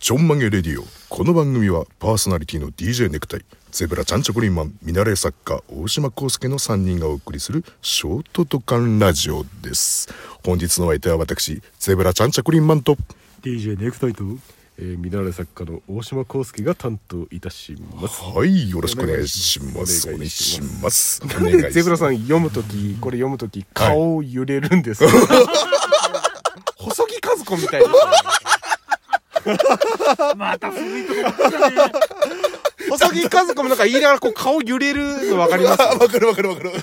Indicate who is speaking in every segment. Speaker 1: ちょんまげレディオこの番組はパーソナリティの DJ ネクタイゼブラちゃんチョコリンマンミナレ作家大島康介の3人がお送りするショートドカンラジオです本日のお相手は私ゼブラちゃんチョコリンマンと
Speaker 2: DJ ネクタイと
Speaker 3: えー、見られ作家の大島康介が担当いたします。
Speaker 1: はいよろしくお願いしますお
Speaker 3: お
Speaker 1: 願
Speaker 3: 願
Speaker 1: い
Speaker 3: い
Speaker 1: し
Speaker 3: し
Speaker 1: ますお
Speaker 3: なん
Speaker 1: 願いし
Speaker 3: で
Speaker 1: ます
Speaker 3: ゼブラさん読むとき、これ読むとき、顔を揺れるん ですか、細木和子みたいですね。
Speaker 2: また古いとこ来たね
Speaker 3: 細木和子もなんか言いながらこう顔揺れるのわかりま
Speaker 1: あ わかるわかるわかる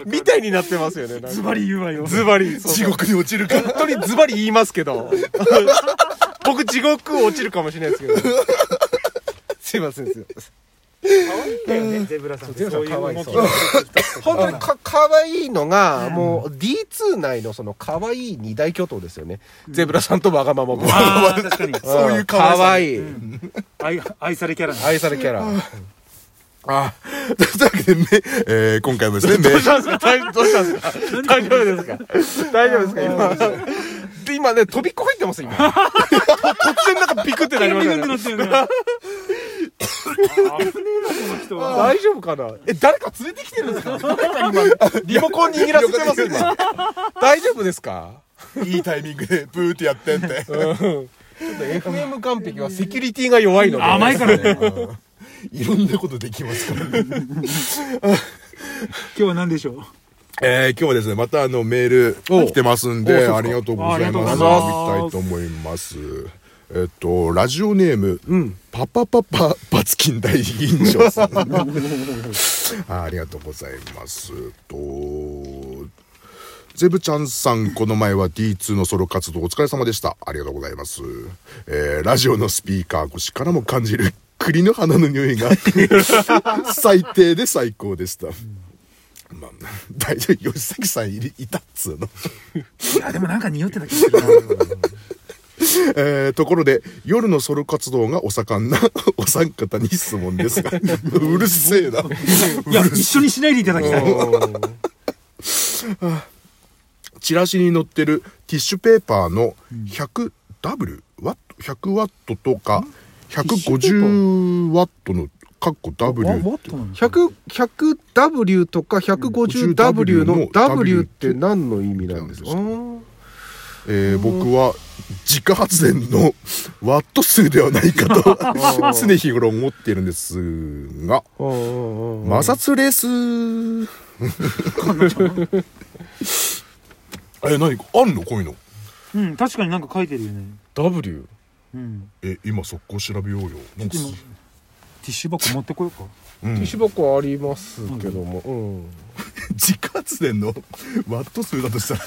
Speaker 3: す みたいになってますよね。なんか
Speaker 2: ズバリ言うわよ
Speaker 3: ズバリ。そう
Speaker 1: 地
Speaker 3: そう
Speaker 1: 獄に落ちるか
Speaker 3: 本当にズバリ言いますけ ど。僕地獄落ちるかもしれない ですけど。すいません。すいません
Speaker 2: だよねゼブラさんってそういう動き
Speaker 3: 本当にか可愛いのが、もう D2 内のその可愛い二大巨頭ですよね。ゼブラさんとわがままも。
Speaker 2: ああ確かに
Speaker 3: そういう可愛い。
Speaker 2: 愛愛されキャラの
Speaker 3: 愛されキャラ。
Speaker 1: あ というわけでね、えー今回もですね メール
Speaker 3: どうしたんですか大どうしたんですか大丈夫ですか大丈夫ですか今。で今ね、飛び越えてます、今。 突然なんかビクってなりま
Speaker 2: ビ
Speaker 3: し
Speaker 2: ク
Speaker 3: た
Speaker 2: っ
Speaker 3: ね。
Speaker 2: てなったよねあ危ねえなこの人は
Speaker 3: 大丈夫かなえ、誰か連れてきてるんですか 誰か今、リモコン握らせてます、今。大丈夫ですか
Speaker 1: いいタイミングでブーってやってんって
Speaker 3: ちょっと FM 完璧はセキュリティが弱いので。
Speaker 2: 甘いからね
Speaker 1: いろんなことできますからね
Speaker 2: 今日は何でしょう
Speaker 1: えー、今日はですね、またあのメール
Speaker 3: お
Speaker 1: 来てますんで、
Speaker 3: お
Speaker 1: ありがとうございます。
Speaker 2: ああ
Speaker 1: 行
Speaker 2: りが
Speaker 1: き
Speaker 2: と
Speaker 1: たいと思います。えっと、ラジオネーム、パパパパパツキン大吟醸さん あ。ありがとうございます。と、ゼブちゃんさん、この前は D2 のソロ活動お疲れ様でした。ありがとうございます。えー、ラジオのスピーカー越しからも感じる栗の花の匂い が最低で最高でした。まあ、大丈夫、吉崎さんいりいたっつうの。
Speaker 2: いやでもなんか匂ってた気が するな
Speaker 1: えーところで、夜のソロ活動がお盛んな お三方に質問ですが、うるせえな。
Speaker 2: いや一緒にしないでいただきたい
Speaker 1: チラシに載ってるティッシュペーパーの 100W? ワット ?100 ワットとか、150ワットの、かっこ W。
Speaker 3: 100 100W とか 150W の W って何の意味なんですか
Speaker 1: えー僕は自家発電のワット数ではないかと常日頃思っているんですが、摩擦レース。 え、何かあんのこういうの。
Speaker 2: うん確かになんか書いてるよね
Speaker 3: W?
Speaker 2: うん
Speaker 1: え、今速攻調べようよ。なんか
Speaker 2: 今ティッシュ箱持ってこようか
Speaker 1: うん、
Speaker 3: 石箱ありますけども、うん
Speaker 1: 自家発電の ワット数だとしたら、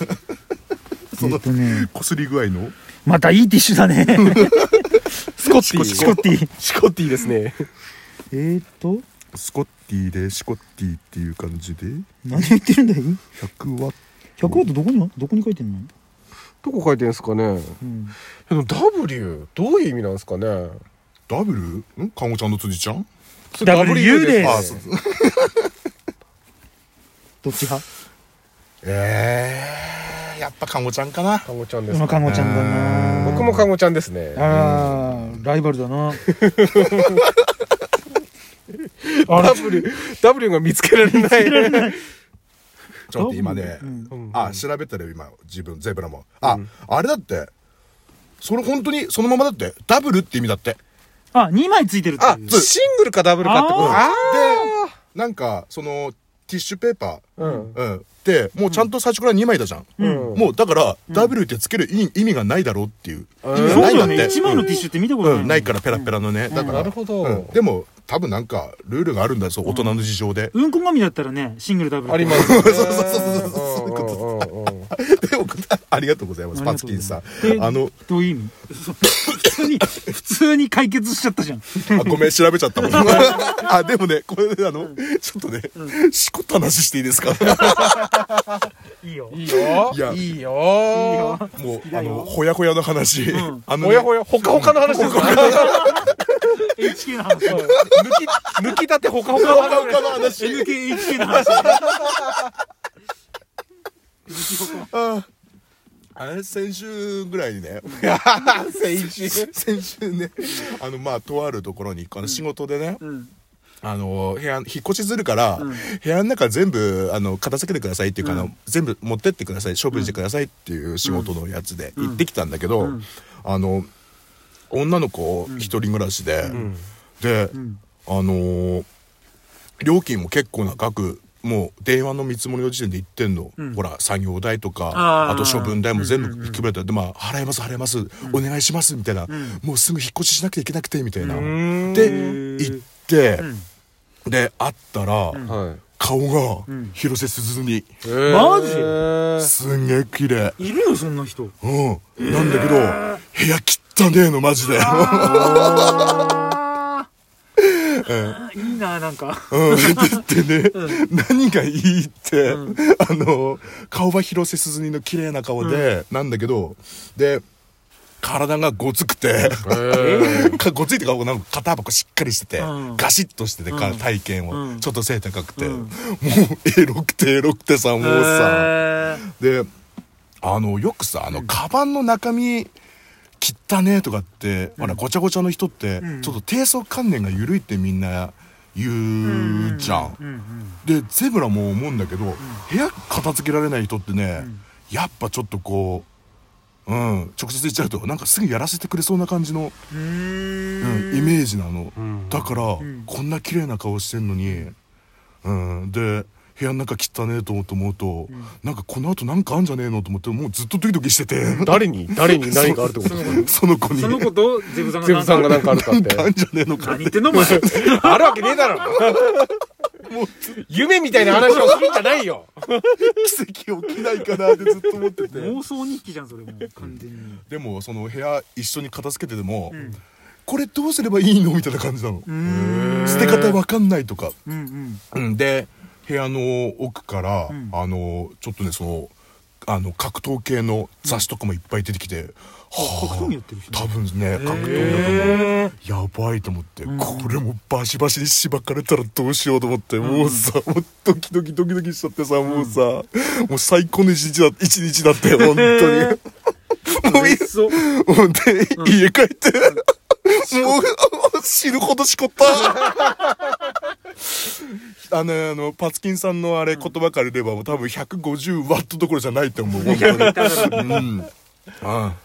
Speaker 1: そ
Speaker 2: え
Speaker 1: の
Speaker 2: っとね
Speaker 1: こすり具合の。
Speaker 2: またいいティッシュだ ね
Speaker 3: スコッティ
Speaker 2: スコッティ
Speaker 3: スコッティですね
Speaker 2: えーっと
Speaker 1: スコッティでシコッティっていう感じで
Speaker 2: 何言ってるんだい
Speaker 1: 100ワッ
Speaker 2: 100ワットどこにどこに書いてんの、
Speaker 3: どこ書いてるんですかね
Speaker 2: うん、
Speaker 3: でも W どういう意味なんですかね
Speaker 1: ト W? んかごちゃんの辻ちゃん
Speaker 2: W です
Speaker 1: あそう
Speaker 2: どっち派
Speaker 1: えー、やっぱかごちゃんかな
Speaker 3: かごちゃんです
Speaker 2: 今
Speaker 3: か
Speaker 2: かごちゃんだな
Speaker 3: 僕もかごちゃんですね
Speaker 2: あーライバルだなあら
Speaker 3: W, w が見つけられない
Speaker 1: ちょっと今ね、
Speaker 3: ん
Speaker 1: あ調べたら今自分ゼブラもあ、あれだってそれ本当にそのままだってダブルって意味だって
Speaker 2: あ2枚ついてるって
Speaker 3: あ
Speaker 2: いう
Speaker 3: シングルかダブルかってこと
Speaker 2: あ
Speaker 3: あ
Speaker 1: でなんかそのティッシュペーパー
Speaker 3: ーうん
Speaker 1: うんってもうちゃんと最初から2枚だじゃん、
Speaker 3: うん
Speaker 1: もうだから、ダブルってつける意味意味がないだろうっていう、
Speaker 3: うん
Speaker 1: 意味が
Speaker 2: そうだ
Speaker 1: ないんだ
Speaker 2: よ
Speaker 1: って
Speaker 2: ね1枚のティッシュって見たことない、
Speaker 1: うん、ないからペラペラのね、だから、
Speaker 3: なるほど
Speaker 1: うんでも多分なんかルールがあるんだよそう大人の事情 で、
Speaker 2: うんこ紙だったらねシングルダブル
Speaker 3: ありますね。そうそう
Speaker 1: そうそうそうそういうことでもありがとうございますパツキンさん
Speaker 2: え
Speaker 1: あの
Speaker 2: どういう意味普通に普通に解決しちゃったじゃん
Speaker 1: あごめん調べちゃったもん あでもねこれねあのちょっとね、しこった話していいですか
Speaker 2: いいよ
Speaker 3: いいよ
Speaker 1: いや
Speaker 3: いいよ
Speaker 1: もうあのほやほやの話、
Speaker 2: ん
Speaker 1: あのね、
Speaker 3: ほやほや、ほかほかの話ですか
Speaker 2: HK の話
Speaker 3: 抜き、抜きたてほかほかの
Speaker 1: ほかほかの 話
Speaker 2: NKHK の話
Speaker 1: あーあ先週ぐらいにね、
Speaker 3: 先週
Speaker 1: 先週ね、あの、まあ、とあるところに、あの、仕事でね、
Speaker 2: うん。
Speaker 1: あの、部屋、引っ越しするから、部屋の中全部、あの、片付けてくださいっていうか、あの、全部持ってってください、処分してくださいっていう仕事のやつで行ってきたんだけど、あの、女の子一人暮らしで、で、あのー料金も結構な額、もう電話の見積もりの時点で言ってんの、ほら作業代とかあ
Speaker 2: あ
Speaker 1: と
Speaker 2: ー
Speaker 1: 処分代も全部含めて、でまあ払います払います、お願いしますみたいな、もうすぐ引っ越ししなきゃいけなくてみたいな、
Speaker 3: ん
Speaker 1: で行って、で会ったら、
Speaker 3: は
Speaker 1: 顔が広瀬すずに、
Speaker 3: いえ
Speaker 2: マジ
Speaker 3: ー
Speaker 1: すんげえ綺麗
Speaker 2: いるよ、そんな人。
Speaker 1: うんなんだけど部屋汚ねえのマジで
Speaker 2: あーいいな、なんか。
Speaker 1: うんって言ってね、何がいいって、あの顔は広瀬すずにの綺麗な顔で、なんだけどで体がごつくて、 かごついってかこうなんか肩幅しっかりしてて、
Speaker 2: うん
Speaker 1: ガシッとしてて、か体型も、
Speaker 2: うん
Speaker 1: ちょっと背高くて、
Speaker 2: うん
Speaker 1: もうエロくてエロくてさもうさ、
Speaker 2: へー
Speaker 1: であのよくさあのカバンの中身汚ねえとかって、ほらごちゃごちゃの人って、ちょっと低層観念が緩いってみんな言うじゃん。
Speaker 2: うんうん。
Speaker 1: でゼブラも思うんだけど、部屋片付けられない人ってね、やっぱちょっとこう、うん、直接言っちゃうとなんかすぐやらせてくれそうな感じの、
Speaker 2: う
Speaker 1: うん
Speaker 2: ーん。
Speaker 1: イメージなの、
Speaker 3: ん
Speaker 1: だから、こんな綺麗な顔してんのに、うん、で部屋の中汚ねえと思うと思うと、なんかこの後なんかあんじゃねえのと思ってもうずっとドキドキしてて
Speaker 3: 誰に誰に何があるってことですか
Speaker 1: その子に
Speaker 2: その子とゼブさんが
Speaker 3: ゼブさんがなんかあるかっ
Speaker 1: あん
Speaker 3: て
Speaker 1: じゃねえのか
Speaker 2: 何言ってんのお前。
Speaker 3: あるわけねえだろ夢みたいな話をするんじゃないよ
Speaker 1: 奇跡起きないかなってずっと思ってて
Speaker 2: 妄想日記じゃん、それもう。完全に。
Speaker 1: でもその部屋一緒に片付けてても、これどうすればいいのみたいな感じなの捨て方わかんないとか、
Speaker 2: うんうん。
Speaker 1: うん、で部屋の奥から、あのちょっとねそのあの格闘系の雑誌とかもいっぱい出てきて、はあ
Speaker 2: 格闘技やってる人
Speaker 1: 多分ね格闘技だと思うやばいと思って、これもバシバシにしばかれたらどうしようと思って、もうさもうドキドキドキドキしちゃってさもうさ、もう最高の一日だ一日だって本当に。
Speaker 2: 嬉しそう。
Speaker 1: ほんで、家帰って、もう、死ぬほどしこった。あの、あの、パツキンさんのあれ言葉から言えば、もう多分150ワットどころじゃないと思う、本当に。うん。ああ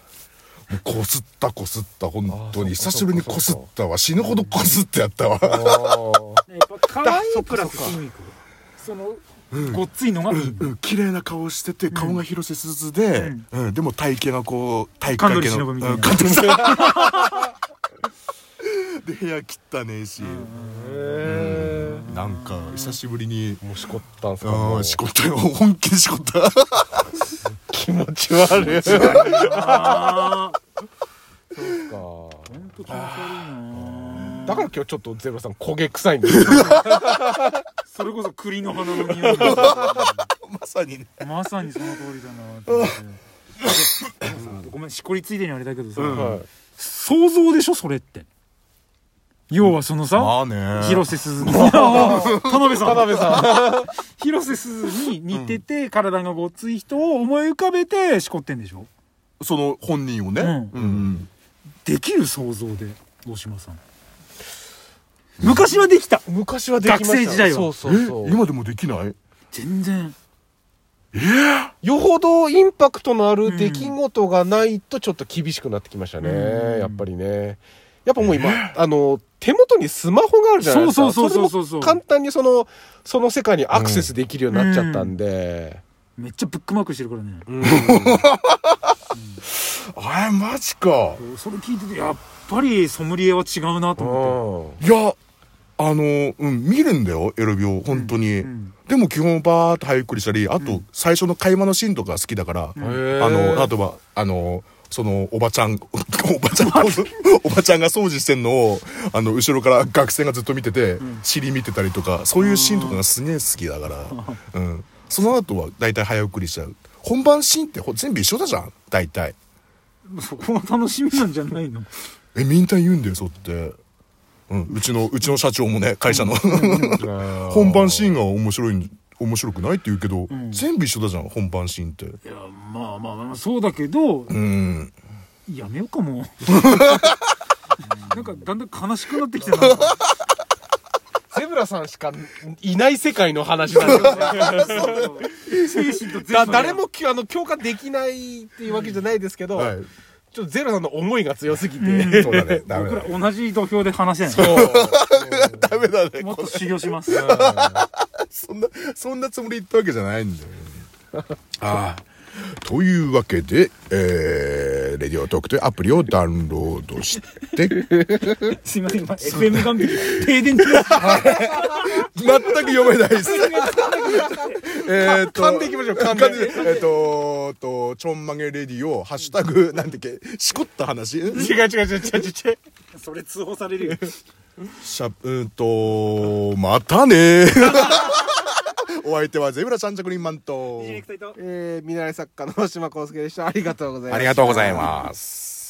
Speaker 1: もうこすったこすった、本当に。
Speaker 3: あ
Speaker 1: 久
Speaker 3: そっか
Speaker 1: しぶりにこすったわ。死ぬほどこすってやったわ。
Speaker 2: やっぱ可愛いプラス筋肉そのごっついのがいい
Speaker 1: うん、綺麗な顔してて、顔が広瀬すずで、うん、でも体型がこう、体育
Speaker 2: 神
Speaker 1: 会
Speaker 2: 取
Speaker 1: 系
Speaker 2: 忍
Speaker 1: の。
Speaker 2: みたいな
Speaker 1: うん神取忍で、部屋切ったねえし、なんか、久しぶりに、
Speaker 3: もうしこったんすか
Speaker 1: あ
Speaker 3: も
Speaker 1: あ、
Speaker 3: う
Speaker 1: しこったよ。 本気でしこった。
Speaker 3: 気持ち悪いそっか
Speaker 2: ああほんと気持ち悪いな
Speaker 3: だから今日ちょっとゼブラさん焦げ臭いんですよ
Speaker 2: それこそ栗の花の匂いが
Speaker 1: まさにね。
Speaker 2: まさにその通りだなと思ってでもさごめんしこりついでにあれだけどさ、
Speaker 3: はい
Speaker 2: 想像でしょそれって要はそのさ、
Speaker 1: まあね。
Speaker 2: 広瀬す ずに田辺さん
Speaker 3: 田辺さ
Speaker 2: 広瀬すずに似てて、体がごっつい人を思い浮かべてしこってんでしょ
Speaker 1: その本人をね。
Speaker 2: う
Speaker 1: うん。
Speaker 2: できる想像で大島さん昔はできた
Speaker 3: ん昔はできました
Speaker 2: 学生時代は
Speaker 3: そうそうそう
Speaker 1: え今でもできない
Speaker 2: 全然
Speaker 3: よほどインパクトのある出来事がないとちょっと厳しくなってきましたね、
Speaker 2: うん
Speaker 3: やっぱりねやっぱもう今、あの手元にスマホがあるじゃないですか
Speaker 2: そうそうそうそうそう
Speaker 3: れも簡単にそのその世界にアクセスできるようになっちゃったんで、
Speaker 2: めっちゃブックマークしてるからね
Speaker 3: うん
Speaker 1: あれ、マジか。
Speaker 2: それ聞いててやっぱりソムリエは違うなと思っ
Speaker 1: いや、あの、うん、見るんだよ、エロビを、本当に。
Speaker 2: ん
Speaker 1: でも基本バーっと早送りしたり、あと、最初の会話のシーンとかが好きだから、
Speaker 3: ん
Speaker 1: あ
Speaker 3: へ
Speaker 1: の、
Speaker 3: ー
Speaker 1: あとは、あの、その、おばちゃん、 おばちゃん、 おばちゃんが掃除してんのを、あの、後ろから学生がずっと見てて、尻見てたりとか、そういうシーンとかがすげえ好きだから、うん。その後は大体早送りしちゃう。本番シーンってほ全部一緒だじゃん、大体。
Speaker 2: てそこが楽しみなんじゃないの
Speaker 1: え、みんな言うんだよ、そうって。うん、うちの、うちの社長もね、会社の。
Speaker 3: うん
Speaker 1: 本番シーンが面白い面白くないって言うけど、全部一緒だじゃん本番シーンって
Speaker 2: いやまあまあまあそうだけど
Speaker 1: うん
Speaker 2: やめようかもう なんかだんだん悲しくなってきたな
Speaker 3: ゼブラさんしかいない世界の話 なんですよ
Speaker 2: 精神と全部
Speaker 3: だ 誰もきあの共感できないっていうわけじゃないですけど、
Speaker 1: はい
Speaker 3: ちょっとゼブラさんの思いが強すぎて、
Speaker 1: そうだねダメ
Speaker 2: 僕
Speaker 1: だ
Speaker 2: ら
Speaker 1: ね
Speaker 2: 同じ土俵で話せな
Speaker 3: そう
Speaker 1: ダメだね
Speaker 2: いもっと修行します
Speaker 1: そんな、そんなつもり言ったわけじゃない んだよ。ああ。というわけで、えー、レディオトークというアプリをダウンロード して、
Speaker 2: すいません、今 FM 関係で停電中です。
Speaker 1: 全く読めない です。えーと、
Speaker 3: 噛んでいきましょう噛んで
Speaker 1: 噛えーと、と、ちょんまげレディオ、ハッシュタグ、なんだっけ、しこった話シ
Speaker 3: 違う違う違う違う違う
Speaker 2: それ通報されるよ。
Speaker 1: ャうーんと、またね お相手はゼブラちゃん着任マンと
Speaker 2: ディレクターいた
Speaker 3: えー、見習い作家の島康介でしたありがとうございました
Speaker 1: ありがとうございます。